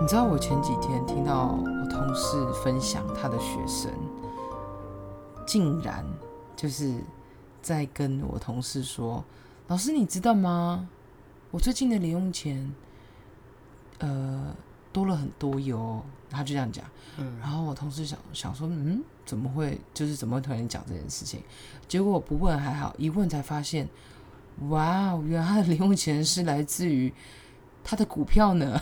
你知道我前几天听到我同事分享他的学生，竟然就是在跟我同事说：“老师，你知道吗？我最近的零用钱，呃，多了很多哟。”他就这样讲，嗯然后我同事想想说：“嗯，怎么会？就是怎么会突然讲这件事情？”结果我不问还好，一问才发现，哇哦，原来他的零用钱是来自于他的股票呢。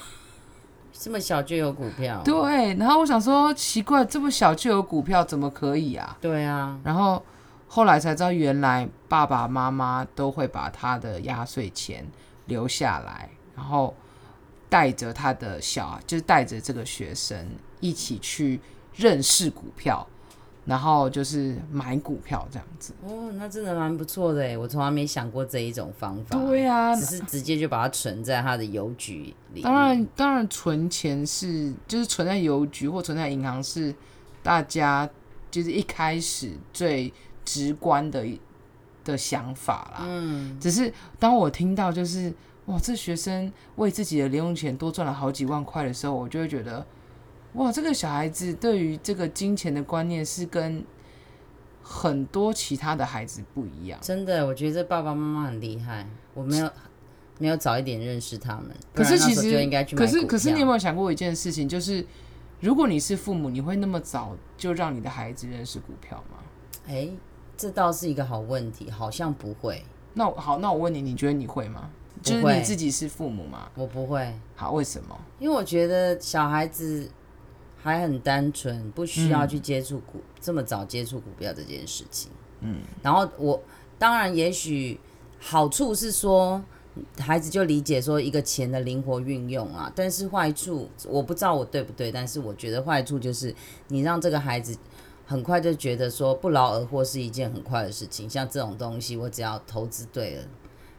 这么小就有股票？对，然后我想说，奇怪，这么小就有股票，怎么可以啊？对啊，然后后来才知道，原来爸爸妈妈都会把他的压岁钱留下来，然后带着他的小，就是带着这个学生一起去认识股票，然后就是买股票这样子。哦，那真的蛮不错的欸诶，我从来没想过这一种方法。对啊，只是直接就把它存在他的邮局里。当，然，当然，存钱是就是存在邮局或存在银行是大家就是一开始最直观的一的想法啦。嗯，只是当我听到就是哇，这学生为自己的零用钱多赚了好几万块的时候，我就会觉得哇，这个小孩子对于这个金钱的观念是跟很多其他的孩子不一样。真的，我觉得这爸爸妈妈很厉害，我没有没有早一点认识他们，可是不啊然那时候其实就应该去买可是股可是票你有没有想过一件事情，就是如果你是父母，你会那么早就让你的孩子认识股票吗？哎、这倒是一个好问题，好像不会，那我好，那我问你，你觉得你会吗？不就会是你自己是父母吗？我不会，好，为什么？因为我觉得小孩子还很单纯，不需要去接触股、这么早接触股票这件事情。嗯，然后我当然也许好处是说。孩子就理解说一个钱的灵活运用啊，但是坏处我不知道我对不对，但是我觉得坏处就是你让这个孩子很快就觉得说不劳而获是一件很快的事情，像这种东西我只要投资对了，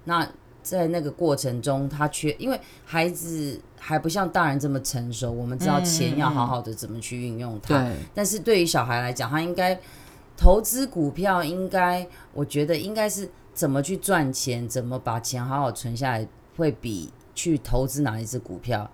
那在那个过程中他缺，因为孩子还不像大人这么成熟，我们知道钱要好好的怎么去运用它，对，但是对于小孩来讲，他应该投资股票，应该我觉得应该是怎么去赚钱，怎么把钱好好存下来，会比去投资哪一只股票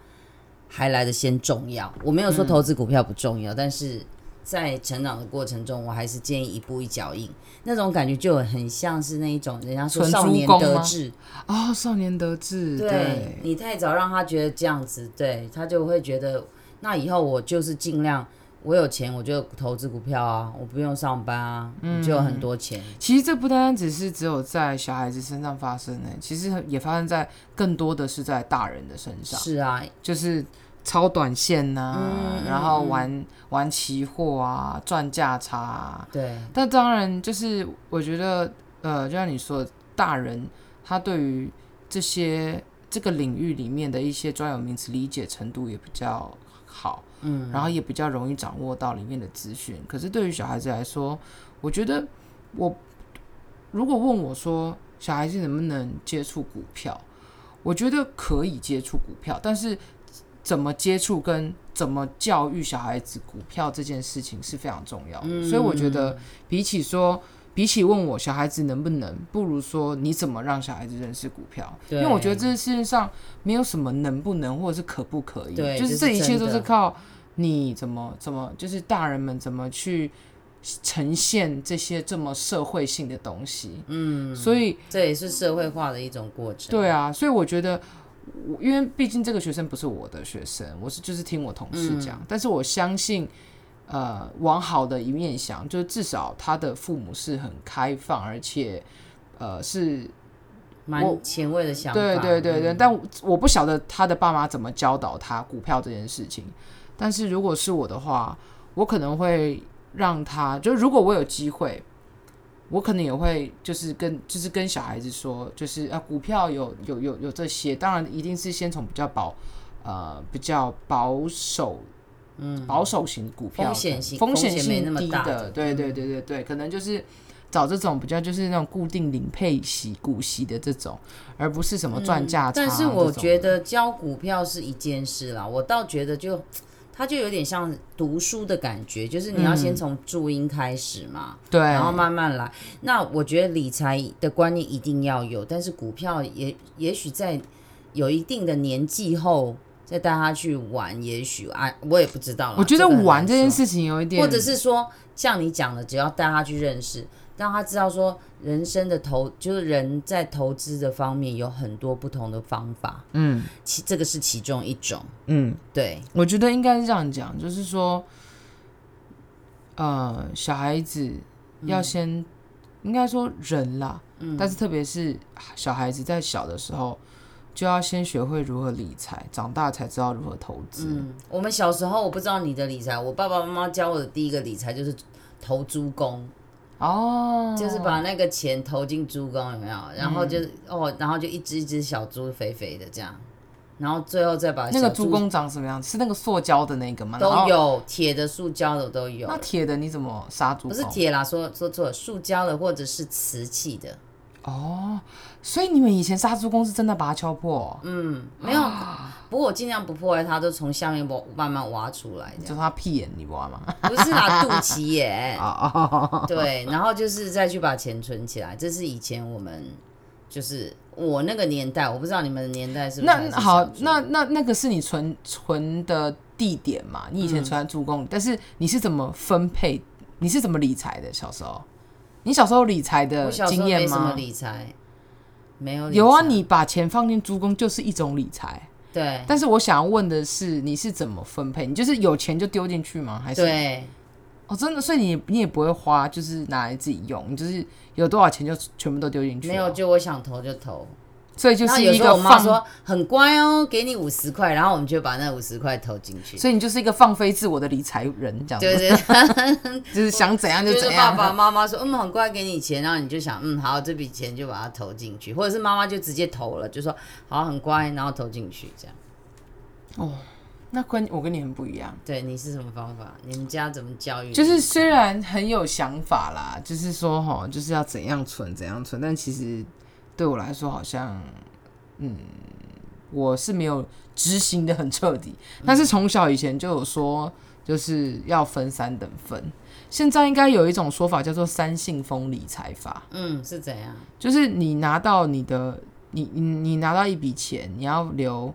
还来的先重要。我没有嗯说投资股票不重要，但是在成长的过程中，我还是建议一步一脚印，那种感觉就很像是那一种人家说纯少猪年公得吗志，哦，少年得志，对对，你太早让他觉得这样子，对他就会觉得，那以后我就是尽量，我有钱我就投资股票啊，我不用上班啊，嗯我就有很多钱。其实这不单单只是只有在小孩子身上发生的、其实也发生在更多的是在大人的身上，是啊，就是超短线呐、嗯嗯然后玩玩期货啊，赚价差、啊，对，但当然，就是我觉得，呃，就像你说，大人他对于这些这个领域里面的一些专有名词理解程度也比较好，嗯，然后也比较容易掌握到里面的资讯。可是对于小孩子来说，我觉得我如果问我说小孩子能不能接触股票，我觉得可以接触股票，但是怎么接触跟怎么教育小孩子股票这件事情是非常重要的。所以我觉得比起说。比起问我小孩子能不能，不如说你怎么让小孩子认识股票，因为我觉得这世界上没有什么能不能或者是可不可以，对就这是是这一切真都的是靠你怎么怎么，就是大人们怎么去呈现这些这么社会性的东西。嗯，所以这也是社会化的一种过程。对啊，所以我觉得我，因为毕竟这个学生不是我的学生，我是就是听我同事嗯讲，但是我相信，呃，往好的一面想，就是至少他的父母是很开放，而且呃是我蛮前卫的想法。对对对对，嗯但我不晓得他的爸妈怎么教导他股票这件事情。但是如果是我的话，我可能会让他，就如果我有机会，我可能也会就是跟就是跟小孩子说，就是啊，股票有有有有这些，当然一定是先从比较保呃比较保守。嗯，保守型股票风险的性风风险险没那性么低大的，的嗯对对对对对，可能就是找这种比较就是那种固定领配息、股息的这种，而不是什么赚价啊差这种、嗯但是我觉得教股票是一件事啦，我倒觉得就它就有点像读书的感觉，就是你要嗯先从注音开始嘛。对，然后慢慢来。那我觉得理财的观念一定要有，但是股票也也许在有一定的年纪后，再带他去玩，也许啊，我也不知道啦我觉得个很玩难这件说事情有一点，或者是说像你讲的，只要带他去认识，让他知道说人生的投，就是人在投资的方面有很多不同的方法，嗯其这个是其中一种。嗯，对，我觉得应该是这样讲，就是说，呃，小孩子要先，应该说人啦，嗯但是特别是小孩子在小的时候，就要先学会如何理财，长大才知道如何投资。嗯，我们小时候我不知道你的理财，我爸爸妈妈教我的第一个理财就是投猪公，哦，嗯就是把那个钱投进猪公，有没有？然后就是、哦，然后就一只一只小猪肥肥的这样，然后最后再把那个小猪公长什么样子？是那个塑胶的那个吗？然都后。有铁的、塑胶的都有那。铁哦的你怎么杀猪不公？是铁啦，说说错了，塑胶的或者是瓷器的，哦，所以你们以前杀猪公是真的把它敲破、哦，嗯，没有。不过我尽量不破坏它，都从下面挖慢慢挖出来就这样。是它屁眼，你不玩吗？不是啦，肚脐眼。哦，对，然后就是再去把钱存起来，这是以前我们就是我那个年代，我不知道你们的年代是不是还那是好小，猪那那那个是你存存的地点嘛？你以前存在助嗯攻，但是你是怎么分配？你是怎么理财的？小时候，你小时候理财的我小时经候没验什么吗？理财，没有理有啊，财你把钱放进助攻就是一种理财。对但是我想要问的是，你是怎么分配？你就是有钱就丢进去吗？还是对哦，真的，所以你你也不会花，就是拿来自己用，你就是有多少钱就全部都丢进去、啊没有，，就我想投就投。所以就然后是有一时候个我妈放，说很乖哦，给你五十块，然后我们就把那五十块投进去。所以你就是一个放飞自我的理财人，这样对子，对 就是想怎样就就是怎爸样。爸妈妈说，嗯，很快给你钱，然后你就想，嗯，好，这笔钱就把它投进去，或者是妈妈就直接投了，就说好，很乖，然后投进去，这样。那跟我跟你很不一样，对，你是什么方法？你们家怎么教育你？就是虽然很有想法啦，就是说哈，就是要怎样存怎样存，但其实对我来说好像，嗯，我是没有执行的很彻底。嗯但是从小以前就有说，就是要分三等份。现在应该有一种说法叫做“三信封理财法”，嗯，是怎样？就是你拿到你的，你你你拿到一笔钱，你要留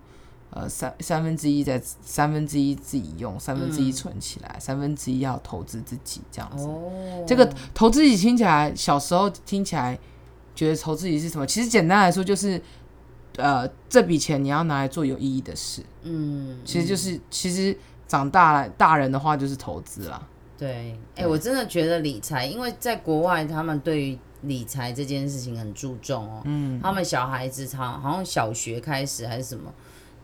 呃三三分之一在三分之一自己用，三分之一存起来，三分之一要投资自己这样子。嗯哦，这个投资自己听起来，小时候听起来觉得投资自己是什么？其实简单来说就是，呃，这笔钱你要拿来做有意义的事。嗯，其实就是，其实长大了大人的话就是投资啦。对，哎、我真的觉得理财，因为在国外他们对于理财这件事情很注重哦。嗯，他们小孩子常好像小学开始还是什么，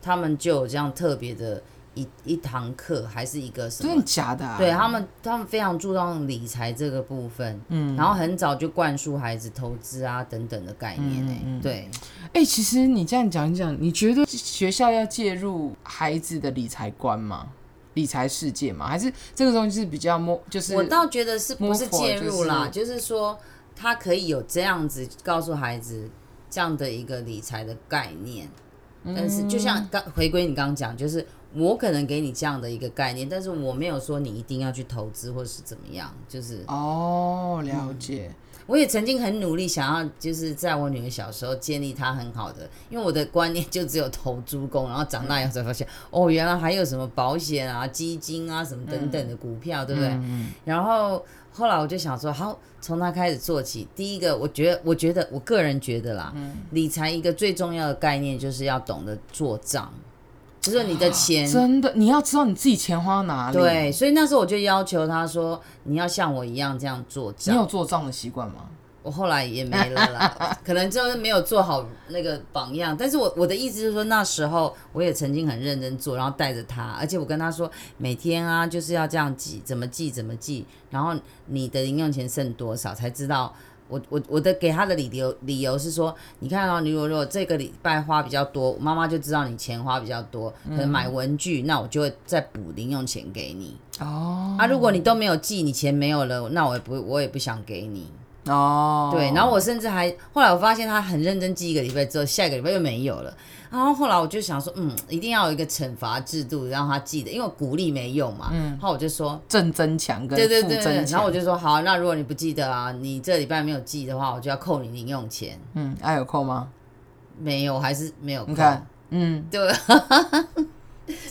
他们就有这样特别的一一堂课，还是一个什真的么？假的、啊？对他们，他们非常注重理财这个部分，嗯，然后很早就灌输孩子投资啊等等的概念、嗯哎、对，哎、其实你这样讲一讲，你觉得学校要介入孩子的理财观吗？理财世界吗？还是这个东西是比较摸，就是我倒觉得是不是 more for 介入啦，就就是说他可以有这样子告诉孩子这样的一个理财的概念，嗯但是就像刚回归你刚刚讲，就是我可能给你这样的一个概念，但是我没有说你一定要去投资或是怎么样，就是哦，嗯了解，我也曾经很努力想要，就是在我女儿小时候建立她很好的，因为我的观念就只有投猪公，然后长大以后才发现，嗯哦，原来还有什么保险啊、基金啊什么等等的股票，对不对？嗯然后后来我就想说，好，从她开始做起。第一个，我觉得，我觉得，我个人觉得啦，嗯理财一个最重要的概念就是要懂得做账，就是你的钱啊真的，你要知道你自己钱花哪里。，嗯对，所以那时候我就要求她说，你要像我一样这样做账你。有做账的习惯吗？我后来也没了啦，可能就是没有做好那个榜样。但是我我的意思就是说，那时候我也曾经很认真做，然后带着他，而且我跟他说，每天啊就是要这样记，怎么记怎么记，然后你的零用钱剩多少才知道。我我我的给他的理由理由是说，你看哦，你如果如果这个礼拜花比较多，妈妈就知道你钱花比较多，可能买文具，那我就会再补零用钱给你。哦啊，如果你都没有记，你钱没有了，那我也不我也不想给你。哦，啊对，然后我甚至还后来我发现他很认真记一个礼拜之后，下一个礼拜又没有了。然后后来我就想说，嗯，一定要有一个惩罚制度让他记得，因为我鼓励没用嘛。嗯。然后我就说，正增强跟对对负对对增。然强，后我就说，好，那如果你不记得啊，你这礼拜没有记的话，我就要扣你零用钱。嗯，爱有扣吗？没有，还是没有扣。你看，嗯，对，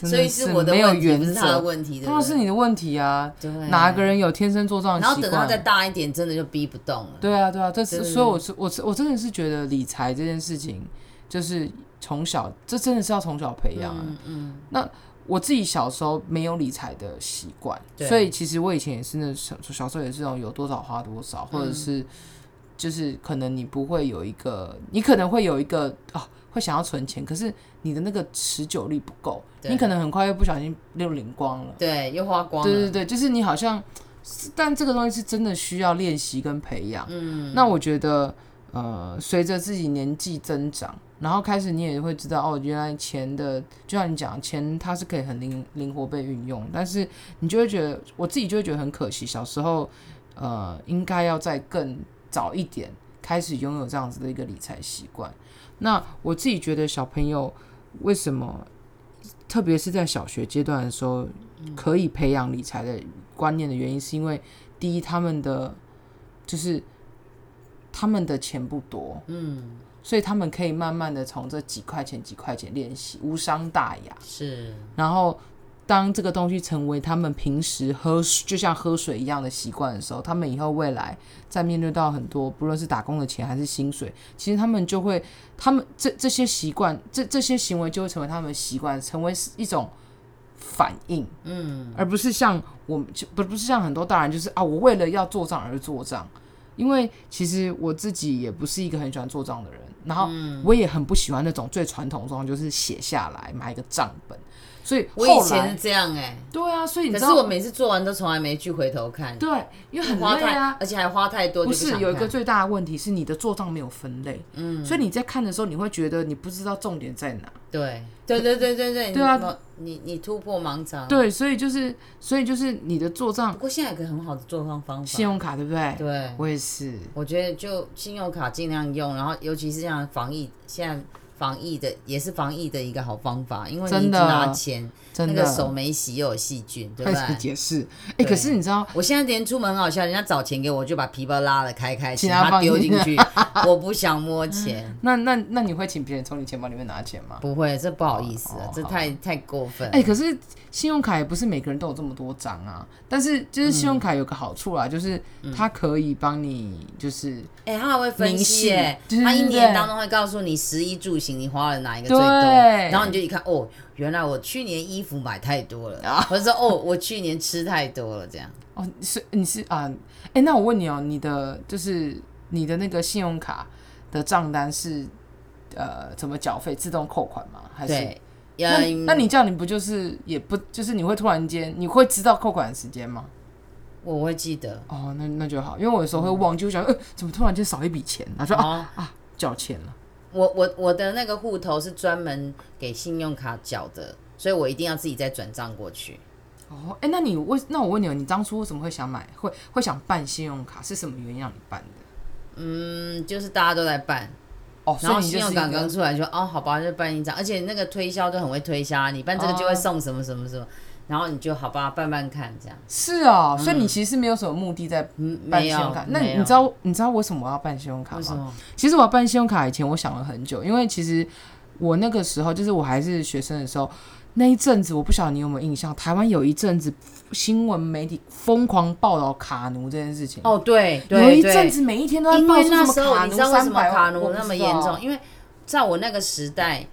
真所以是我的没有问题，原不是他的则，问题，对当然不是对？你的问题啊！对哪个人有天生做这样的然后习等他惯再大一点，真的就逼不动了。对啊，对啊，这是对所以我是我是我真的是觉得理财这件事情，就是从小这真的是要从小培养、啊。嗯嗯，我自己小时候没有理财的习惯，对所以其实我以前也是那小小时候也是那种有多少花多少，或嗯者是就是可能你不会有一个，你可能会有一个啊，会想要存钱，可是你的那个持久力不够，对你可能很快又不小心又领光了。对，又花光对对了。对，就是你好像，是但这个东西是真的需要练习跟培养。嗯，那我觉得，呃，随着自己年纪增长，然后开始你也会知道，哦，原来钱的，就像你讲，钱它是可以很灵灵活被运用，但是你就会觉得，我自己就会觉得很可惜，小时候，呃，应该要再更早一点开始拥有这样子的一个理财习惯。那我自己觉得小朋友为什么，特别是在小学阶段的时候，可以培养理财的观念的原因，是因为第一，他们的就是他们的钱不多，嗯，所以他们可以慢慢的从这几块钱、几块钱练习，无伤大雅。是，然后，当这个东西成为他们平时喝水就像喝水一样的习惯的时候，他们以后未来在面对到很多不论是打工的钱还是薪水，其实他们就会，他们这这些习惯，这这些行为就会成为他们的习惯，成为一种反应，嗯，而不是像我们就不不是像很多大人就是啊，我为了要做账而做账。因为其实我自己也不是一个很喜欢做账的人，然后嗯我也很不喜欢那种最传统的状态，就是写下来买一个账本。所以我后以前来是这样哎，对啊，所以你可知是道我每次做完都从来没去回头看，对，因为很花累太啊。，而且还花太多，不就想是有一个看最大的问题是你的做账没有分类，嗯，所以你在看的时候你会觉得你不知道重点在哪，对对对对对对，对啊你，你你突破盲肠。，对，所以就是所以就是你的做账不过现在有个很好的做方方信法，用卡对不对？对，我也是，我觉得就信用卡尽量用，然后尤其是像防疫，现在防疫的也是防疫的一个好方法，因为你一真直的拿钱，真那的个手没洗又有细菌，对不开始对？解释，哎，对可是你知道我现在连出门很好笑，人家找钱给我，我就把皮包拉了开开，请请他他放丢进进 去，我不想摸钱，那那那你会请别人从你钱包里面拿钱吗？不会，这不好意思哦啊好，这太太过分了。哎、可是信用卡也不是每个人都有这么多张啊。但是就是信嗯用卡有个好处啦，啊就是它可以帮你，就是哎、他还会分析、明细耶，对对他一对年对当中会告诉你十一住行你花了哪一个最多，对然后你就一看，哦，原来我去年衣服买太多了，啊或者说哦，我去年吃太多了，这样哦，你是你是啊，哎、那我问你哦，你的就是你的那个信用卡的账单是呃怎么缴费自动扣款吗？还是对，那嗯那你这样你不就是也不就是你会突然间你会知道扣款的时间吗？我会记得，哦，那那就好，因为我有时嗯候会忘记，我想呃怎么突然间少一笔钱，然后说啊哦，缴钱了，我我我的那个户头是专门给信用卡缴的，所以我一定要自己再转账过去。哦，哎、那你为那我问你哦，你当初为什么会想买会会想办信用卡是什么原因让你办的？嗯，就是大家都在办，哦，所然以后你就信是用一卡个刚出来就哦，好吧，就办一张，而且那个推销都很会推销啊，你办这个就哦会送什么什么什么，然后你就好吧，办办看这样。是哦，所以你其实没有什么目的在嗯，办没信有用卡。那没你有知道你知道为什么我要办信用卡为什吗？么？其实我要办信用卡以前，我想了很久，因为其实我那个时候就是我还是学生的时候，那一阵子我不晓得你有没有印象，台湾有一阵子新闻媒体疯狂报道卡奴这件事情。哦，对有对一阵对，子每一天都在因报为出那什么时候卡你奴知道为什三么百卡万，奴我那不么知严道啊重？因为在我那个时代，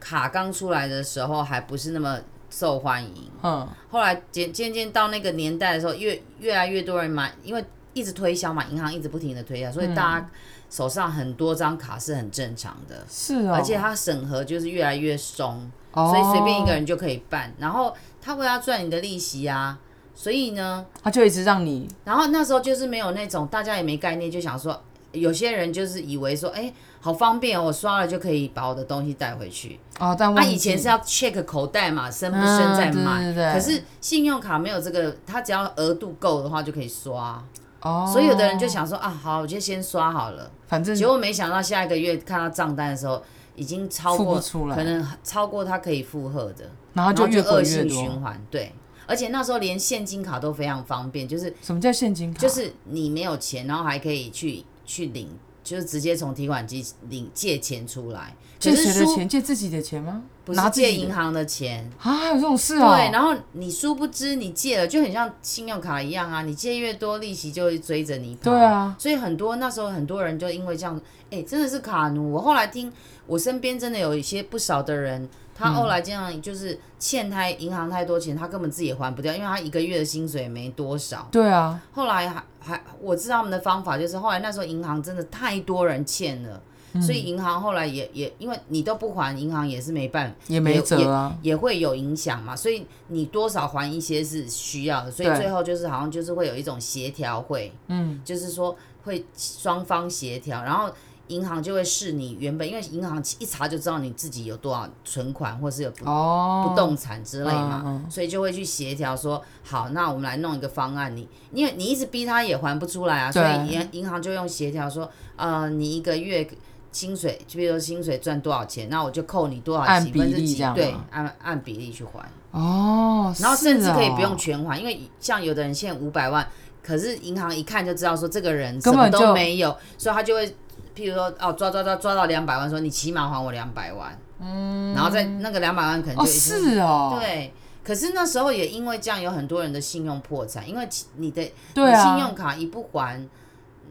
卡刚出来的时候还不是那么受欢迎，嗯，后来渐渐渐到那个年代的时候，越越来越多人买，因为一直推销嘛，银行一直不停的推销，嗯所以大家手上很多张卡是很正常的，是哦，而且它审核就是越来越松。哦所以随便一个人就可以办。然后他为了要赚你的利息啊，所以呢，哦他就一直让你然后那时候就是没有那种大家也没概念，就想说有些人就是以为说，哎、好方便哦，我刷了就可以把我的东西带回去。哦，但他、忘啊以前记是要 check 口袋嘛，生不生再买。嗯对对对可是信用卡没有这个，他只要额度够的话就可以刷。哦，所以有的人就想说啊，好，我就先刷好了。反正结果没想到下一个月看到账单的时候，已经超付不过出来可能超过他可以负荷的。然后然就后越恶滚越性多循。环，对。而且那时候连现金卡都非常方便，就是什么叫现金卡？就是你没有钱，然后还可以去去领，就是直接从提款机领借钱出来。可借是谁的输钱？借自己的钱吗？不是拿自己借的银行的钱。啊，还有这种事哦、对，然后你殊不知你借了，就很像信用卡一样啊，你借越多，利息就会追着你跑。对啊，所以很多那时候很多人就因为这样，哎、真的是卡奴。我后来听我身边真的有一些不少的人，他后来这样就是欠太银行太多钱，他根本自己也还不掉，因为他一个月的薪水没多少。对啊，后来还还我知道他们的方法就是，后来那时候银行真的太多人欠了，所以银行后来也也因为你都不还，银行也是没办法。也没辙啊，也会有影响嘛，所以你多少还一些是需要的，所以对最后就是好像就是会有一种协调会，嗯，就是说会双方协调，然后银行就会视你原本，因为银行一查就知道你自己有多少存款或是有不、哦，不动产之类嘛，嗯所以就会去协调说，好，那我们来弄一个方案，你因为你一直逼他也还不出来啊，所以对银银行就用协调说，呃，你一个月。薪水，就比如说薪水赚多少钱，那我就扣你多少按几分之比例几这样，对吗，按按比例去还。哦，然后甚至是哦可以不用全还，因为像有的人欠五百万，可是银行一看就知道说这个人什根么本就都没有，所以他就会，譬如说哦抓抓抓抓到两百万，说你起码还我两百万，嗯，然后再那个两百万可能就哦，已经、是哦，对。可是那时候也因为这样，有很多人的信用破产，因为其你的对你信啊，用卡一不还，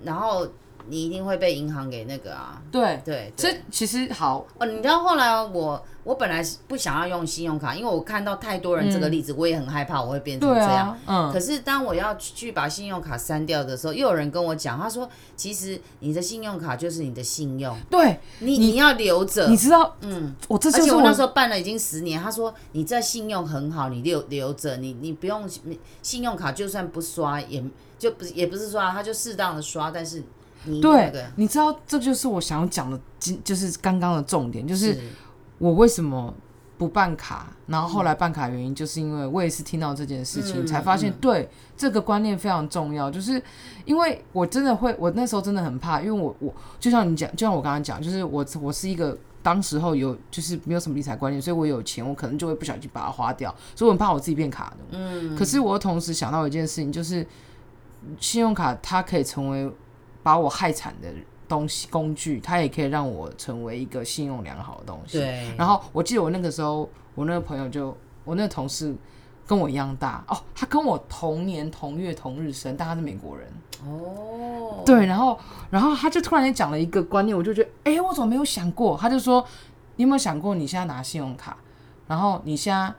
然后你一定会被银行给那个啊，对，对，对这其实好，哦，你知道后来我我本来是不想要用信用卡，因为我看到太多人这个例子，我也很害怕我会变成嗯对这样。啊，嗯，可是当我要去去把信用卡删掉的时候，又有人跟我讲，他说其实你的信用卡就是你的信用，对，你你你要留着你。知道，嗯，我这呃而就且是我那时候办了已经十年，他说你这信用很好，你留留着，你你不用你信用卡就算不刷也就不也不是刷，他就适当的刷，但是你一定那对个，你知道，这就是我想要讲的，今就是刚刚的重点，就是是我为什么不办卡，然后后来办卡原因，就是因为我也是听到这件事情，嗯才发现、嗯对这个观念非常重要。就是因为我真的会，我那时候真的很怕，因为我我就像你讲，就像我刚刚讲，就是我我是一个。当时候有就是没有什么理财观念，所以我有钱，我可能就会不小心把它花掉，所以我很怕我自己变卡奴。嗯，可是我又同时想到一件事情，就是信用卡它可以成为把我害惨的东西工具，它也可以让我成为一个信用良好的东西。对，然后我记得我那个时候，我那个朋友就我那个同事跟我一样大哦，他跟我同年同月同日生，但他是美国人。哦，对，然后然后他就突然间讲了一个观念，我就觉得哎、诶我怎么没有想过？他就说你有没有想过你现在拿信用卡，然后你现在。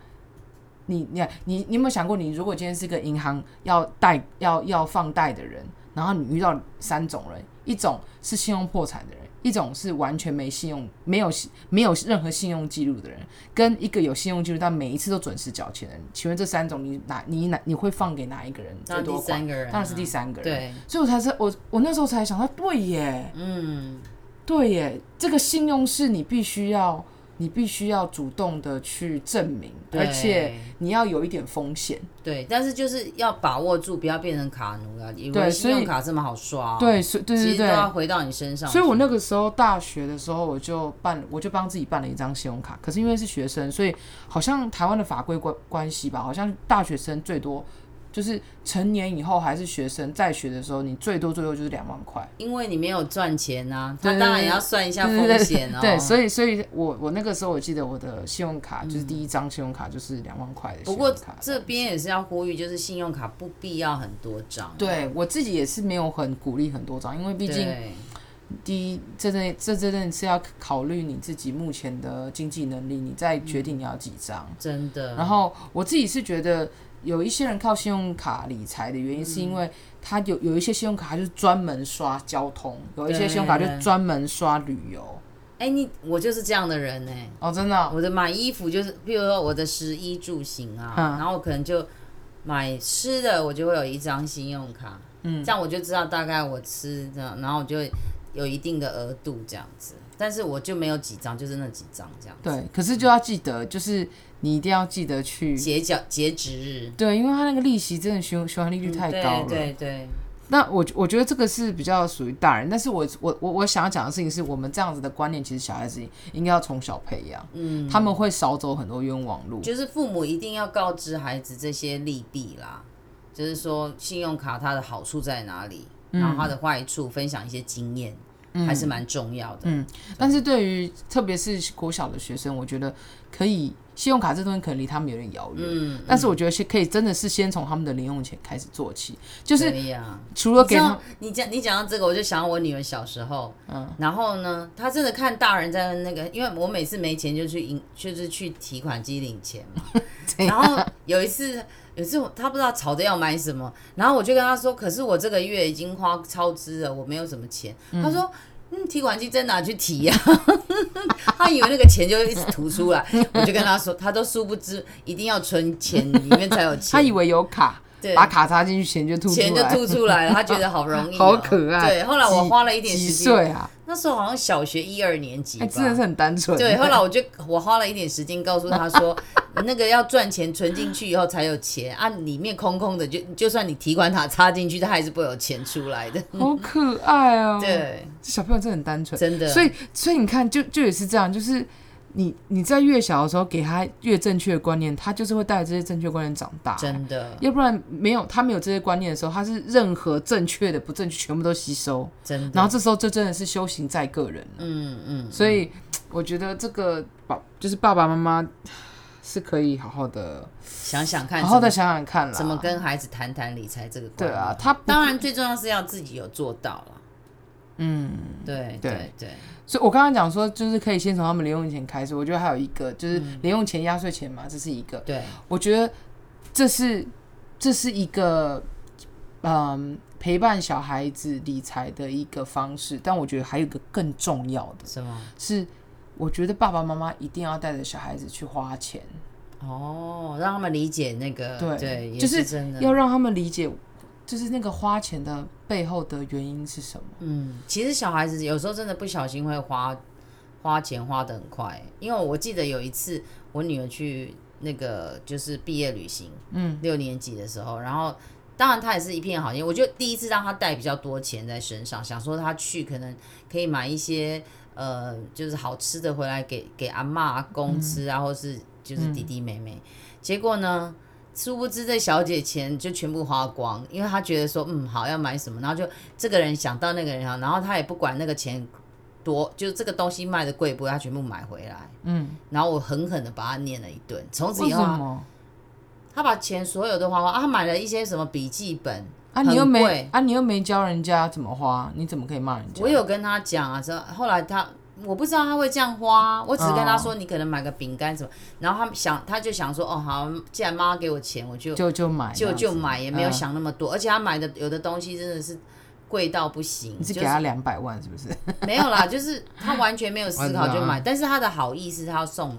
你你你你有没有想过，你如果今天是个银行要贷要要放贷的人，然后你遇到三种人，一种是信用破产的人，一种是完全没信用、没有信没有任何信用记录的人，跟一个有信用记录但每一次都准时缴钱的人。请问这三种你哪你哪你会放给哪一个人那最多第款？三个人、啊，当然是第三个人。啊对，所以我才知道，我我那时候才想到，对耶，嗯，对耶，这个信用是你必须要，你必须要主动的去证明，而且你要有一点风险。对，但是就是要把握住，不要变成卡奴啊！以为对信所以用卡这么好刷、哦，，对，所以对其对实都要对。回到你身上去。所以我那个时候大学的时候，我就办，我就帮自己办了一张信用卡。可是因为是学生，所以好像台湾的法规关关系吧，好像大学生最多就是成年以后还是学生，在学的时候，你最多最多就是两万块。因为你没有赚钱啊，对他对当然也要算一下对风对对险哦。对，所以所以我我那个时候我记得我的信用卡、就是第一张信用卡就是两万块的信不用过卡。这边也是要呼吁，就是信用卡不必要很多张。对我自己也是没有很鼓励很多张，因为毕对，竟第一这阵这这阵是要考虑你自己目前的经济能力，你再决定你要几张。真的，然后我自己是觉得有一些人靠信用卡理财的原因，是因为他有有一些信用卡它就是专门刷交通，有一些信用卡就对专门刷旅游。哎、你我就是这样的人呢、哦，真的哦、我的买衣服就是，譬如说我的食衣住行啊，嗯然后可能就买吃的，我就会有一张信用卡，嗯，这样我就知道大概我吃这样，然后我就有一定的额度这样子，但是我就没有几张，就是那几张这样子，对，可是就要记得，就是你一定要记得去截缴截止日，对，因为他那个利息真的循循环利率太嗯高了。对对对，那我我觉得这个是比较属于大人，但是我我我我想要讲的事情是我们这样子的观念，其实小孩子应该要从小培养，嗯，他们会少走很多冤枉路。就是父母一定要告知孩子这些利弊啦，嗯就是说信用卡它的好处在哪里，然后它的坏处，分享一些经验，还是蛮重要的。但是对于特别是国小的学生，我觉得可以信用卡这东西可能离他们有点遥远，嗯，但是我觉得是可以真的是先从他们的零用钱开始做起，就是对呀。除了你知给他道你讲你讲到这个，我就想到我女儿小时候，嗯，然后呢，她真的看大人在那个，因为我每次没钱就去银，就是去提款机领钱 嘛。啊然后有一次，有一次我她不知道吵着要买什么，然后我就跟她说，可是我这个月已经花超支了，我没有什么钱。她说。嗯，提款机在哪去提呀、 她以为那个钱就一直吐出来，我就跟她说，她都殊不知一定要存钱，里面才有钱。 他以为有卡，对把卡插进去钱就吐出钱就来，吐出来了，他觉得好容易哦、 好可爱。对，后来我几花了一点几时间，岁啊？那时候好像小学一二年级吧哎，。真的是很单纯。对，后来我就我花了一点时间告诉他说， 那个要赚钱存进去以后才有钱啊，里面空空的，就就算你提款卡插进去，它还是不会有钱出来的。好可爱哦。，嗯对，这小朋友真的很单纯。真的。所以，所以你看，就就也是这样，就是你你在越小的时候给他越正确的观念，他就是会带着这些正确观念长大。真的要不然没有他没有这些观念的时候，他是任何正确的、不正确全部都吸收，真的，然后这时候就真的是修行在个人了。嗯嗯，所以我觉得这个爸就是爸爸妈妈是可以好好的、想想看好怎好么的想想看啦。怎么跟孩子谈谈理财这个观对念。啊，他不当然最重要是要自己有做到了。嗯，对对对对，所以我刚刚讲说，就是可以先从他们零用钱开始。我觉得还有一个就是嗯零用钱、压岁钱嘛，这是一个。对，我觉得这是这是一个嗯陪伴小孩子理财的一个方式，但我觉得还有一个更重要的什么？是，我觉得爸爸妈妈一定要带着小孩子去花钱，哦，让他们理解那个，对对，也就是是真的。要让他们理解，就是那个花钱的背后的原因是什么。嗯，其实小孩子有时候真的不小心会花花钱花的很快，因为我记得有一次我女儿去那个就是毕业旅行，嗯，六年级的时候，然后当然她也是一片好心，我就第一次让她带比较多钱在身上，想说她去可能可以买一些呃就是好吃的回来给给阿妈阿公嗯吃啊，或是就是弟弟妹妹，结果呢？殊不知，这小姐钱就全部花光，因为她觉得说，嗯，好要买什么，然后就这个人想到那个人想，然后她也不管那个钱多，就是这个东西卖的贵不贵，她全部买回来。嗯，然后我狠狠的把她念了一顿。从此为以什后啊，么？她把钱所有都花光，啊，她买了一些什么笔记本。啊，你又很没贵啊，你又没教人家怎么花，你怎么可以骂人家？我有跟她讲啊，这后来她我不知道她会这样花，我只是跟哦她说，你可能买个饼干什么，然后她想，她就想说，哦，好，既然妈妈给我钱，我就就就买这就样子，就买，也没有嗯想那么多，而且她买的有的东西真的是贵到不行，你是就给他两百万是不是？没有啦，就是他完全没 有思考我就知道买，但是他的好意是他要送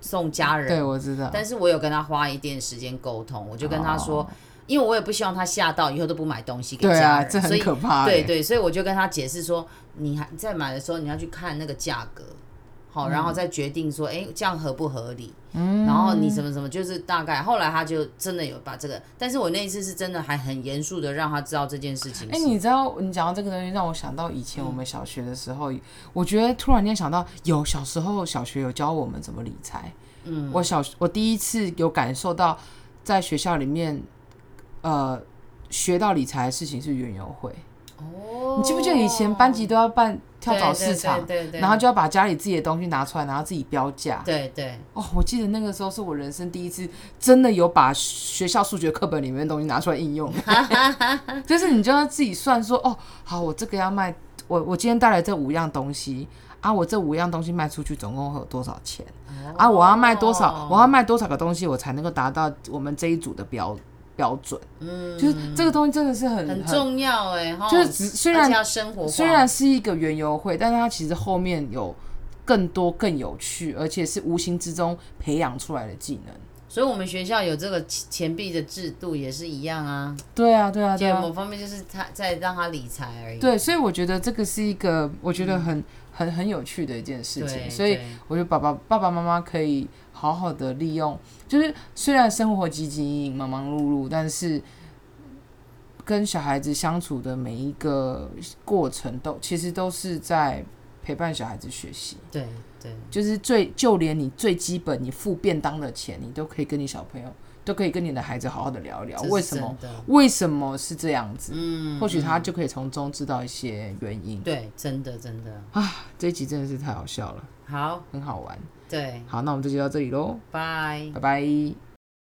送家人，对，我知道。但是我有跟他花一点时间沟通，我就跟他说，哦因为我也不希望他吓到以后都不买东西给对家啊，人，这所很以可怕、欸。对对，所以我就跟他解释说，你还在买的时候你要去看那个价格，嗯好，然后再决定说，哎、这样合不合理？嗯，然后你什么什么，就是大概。后来他就真的有把这个，但是我那一次是真的还很严肃的让他知道这件事情哎、是你知道你讲到这个东西，让我想到以嗯前我们小学的时候，我觉得突然间想到，有小时候小学有教我们怎么理财。嗯，我小我第一次有感受到，在学校里面，呃，学到理财的事情是园游会。哦你记不记得以前班级都要办跳蚤对市场，对对对对然后就要把家里自己的东西拿出来，然后自己标价。对对。哦，我记得那个时候是我人生第一次真的有把学校数学课本里面的东西拿出来应用，就是你就要自己算说，哦，好，我这个要卖，我我今天带来这五样东西啊，我这五样东西卖出去总共会有多少钱啊？我要卖多少，我要卖多少个东西，我才能够达到我们这一组的标标准？嗯，就是这个东西真的是很很重要哎、哈，就是只虽而然且要生活化，虽然是一个园游会，但是它其实后面有更多更有趣，而且是无形之中培养出来的技能。所以我们学校有这个钱钱币的制度也是一样啊，对啊，对啊，对就啊，某方面就是他在让他理财而已。对，所以我觉得这个是一个我觉得很、很很有趣的一件事情，嗯对所以对我觉得爸爸爸爸妈妈可以好好的利用，就是虽然生活汲汲营营、忙忙碌碌，但是跟小孩子相处的每一个过程都其实都是在陪伴小孩子学习。对对就是最就连你最基本你付便当的钱，你都可以跟你小朋友都可以跟你的孩子好好的聊一聊，这是为什么真的为什么是这样子？嗯，或许他就可以从中知道一些原因。对，真的真的这一集真的是太好笑了，好，很好玩。对，好，那我们这集到这里喽，拜。拜拜。